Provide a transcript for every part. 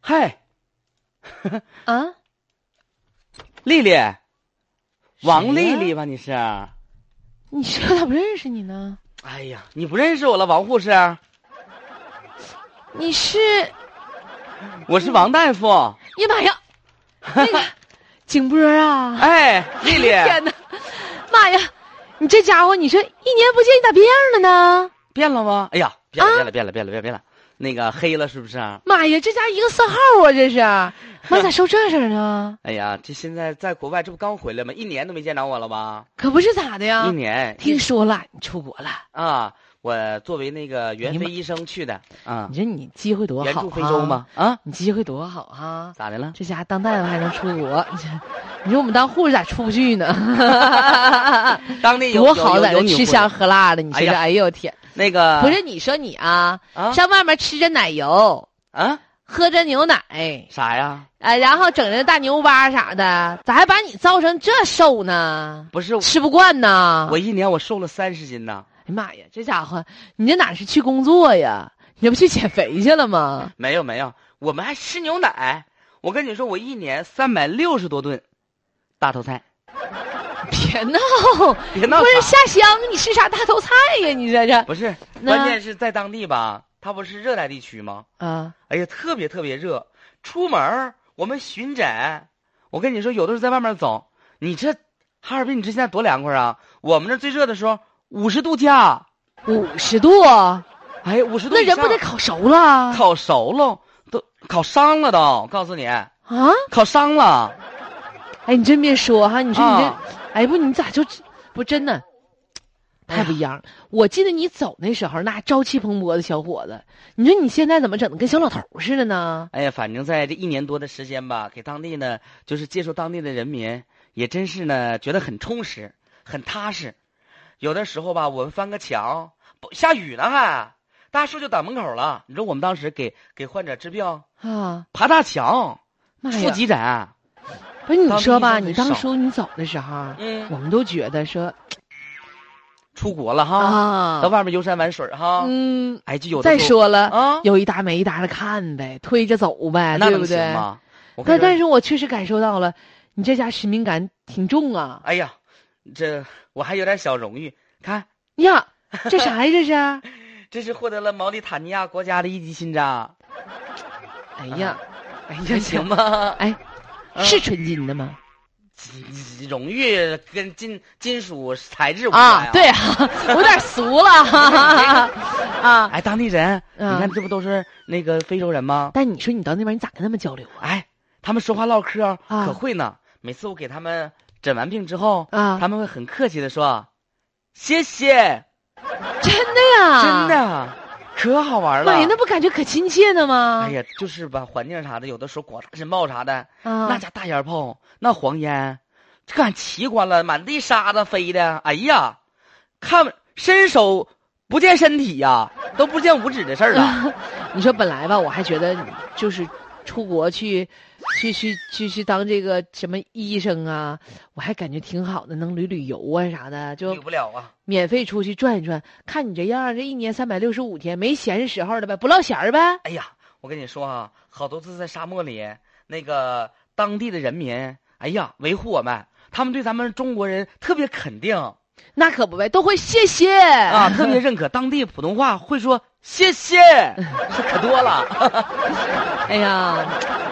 嗨，啊，丽丽，王谁丽呀丽吧？你是？你说咋不认识你呢？哎呀，你不认识我了，王护士，你是我嗯是王大夫。你妈 呀，那个 景波啊！哎，丽丽， 天哪，妈呀，你这家伙，你这一年不见你咋变样了呢？变了吗？哎呀，变啊了，变了，变了，变了，变了，变了。那个黑了是不是？啊妈呀，这家一个色号啊，这 是！妈咋收这事儿呢？哎呀，这现在在国外，这不刚回来吗？一年都没见着我了吧？可不是咋的一呀？年听说了，你出国了，啊！我作为那个哎援呀妈非医生去的啊你，说你机会多好、啊？援助非洲吗？？啊，你机会多好啊！咋的了？这家当大夫还能出国，你这你说我们当护士咋出不去呢？ 当地有多有好，有在有这女吃护士香喝辣的，你说哎这，呀哎呦我天！那个不是你说你啊，啊上外面吃着奶油，啊喝着牛奶，啥呀？啊，然后整着大牛蛙啥的，咋还把你造成这瘦呢？不是吃不惯呢？我一年我瘦了三十斤呢，哎呀妈呀，这家伙，你这哪是去工作呀？你这不去减肥去了吗？没有没有，我们还吃牛奶。我跟你说，我一年三百六十多顿大头菜，别闹，别 闹不是啥下乡，你吃啥大头菜呀？你这这不是，那关键是在当地吧，它不是热带地区吗？啊，哎呀，特别特别热，出门儿我们巡诊，我跟你说，有的时候在外面走，你这哈尔滨，你这现在多凉快啊！我们这最热的时候五十度加，五十度，那哎，五十度以人不得上烤熟了烤熟了，都烤伤了都，告诉你，啊？烤伤了。哎，你真别说哈，你说你这，啊哎不，你咋就不真的哎太不一样了？我记得你走那时候那朝气蓬勃的小伙子，你说你现在怎么整的跟小老头儿似的呢？哎呀，反正在这一年多的时间吧，给当地呢，就是接触当地的人民，也真是呢，觉得很充实，很踏实。有的时候吧，我们翻个墙，不下雨呢还，大树就挡门口了。你说我们当时给给患者治病，啊，爬大墙、妈赴呀！急诊，不是你当地说医吧，生你很当少初你走的时候，嗯，我们都觉得说出国了哈，啊到，外面游山玩水哈。嗯，哎，就有的再时候说了，啊，有一搭没一搭的看呗，推着走呗，那哎对能不行对？吗？我跟但你说但是我确实感受到了，你这家使命感挺重啊！哎呀，这我还有点小荣誉，看， 呀，这啥呀？这是？哎这是获得了毛里塔尼亚国家的一级勋章。呀， 哎呀，这行？吗？哎，嗯是纯金的吗？ 荣誉跟金金属材质无关啊，。对啊， 我有点俗了 啊！哎，当地人，你嗯看这不都是那个非洲人吗？但你说你到那边你咋跟他们交流啊？哎，他们说话唠嗑儿啊可会呢。每次我给他们诊完病之后，啊他们会很客气的说：“谢谢，真的呀，真。的，可好玩了。”妈呀，啊那不感觉可亲切呢吗哎？呀，就是吧，环境啥的，有的时候广大申报啥的，那啊，家大烟炮，那黄烟，这干奇观了，满地沙子飞的，哎呀，看伸手不见身体呀、都不见五指的事儿 啊了。你说本来吧，我还觉得你就是出国去，去去去去当这个什么医生啊，我还感觉挺好的，能旅旅游啊啥的，就比不了啊，免费出去转一转，看你这样儿，这一年三百六十五天没闲时候了呗，不落闲儿呗。哎呀，我跟你说啊，好多次在沙漠里，那个当地的人民，哎呀，维护我们，他们对咱们中国人特别肯定那可不呗，都会谢谢啊，特别认可。当地普通话会说谢 谢，是可多了。 哎呀，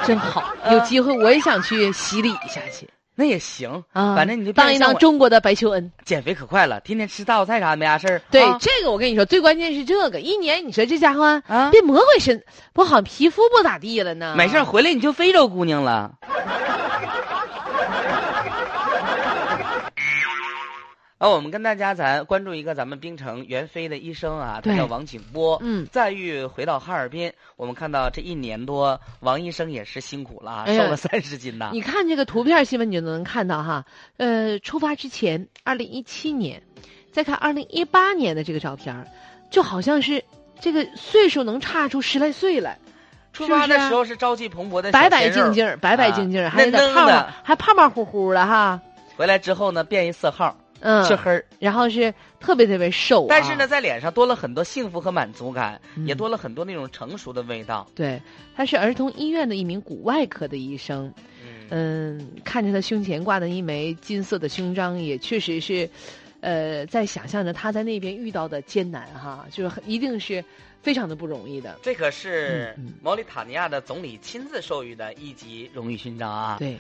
真好，有机会我也想去洗礼一下去那也行，啊。反正你就变当一相当我中国的白求恩。减肥可快了，天天吃大头菜啥没啥事儿。对，啊这个我跟你说，最关键是这个，一年你说这家伙啊啊别磨回身，我好像皮肤不咋地了呢。没事儿，回来你就非洲姑娘 了。啊，我们跟大家咱关注一个咱们冰城援非的医生啊，他对叫王景波。嗯，再遇回到哈尔滨，我们看到这一年多，王医生也是辛苦了啊，哎瘦呀了三十斤呐。你看这个图片新闻，你就能看到哈，呃，出发之前，二零一七年，再看二零一八年的这个照片儿，就好像是这个岁数能差出十来岁来，出发的是不是啊时候是朝气蓬勃的，白白净，净儿，白白净净儿，啊还有点嫩嫩胖的胖，还胖胖乎乎的哈。回来之后呢，变一色号，嗯，是黑儿，然后是特别特别瘦、啊，但是呢，，在脸上多了很多幸福和满足感，也嗯多了很多那种成熟的味道。对，他是儿童医院的一名骨外科的医生。嗯，嗯，看着他胸前挂的一枚金色的胸章，也确实是，呃，在想象着他在那边遇到的艰难哈，就是很一定是非常的不容易的。这可是嗯嗯毛里塔尼亚的总理亲自授予的一级荣誉勋章啊！对，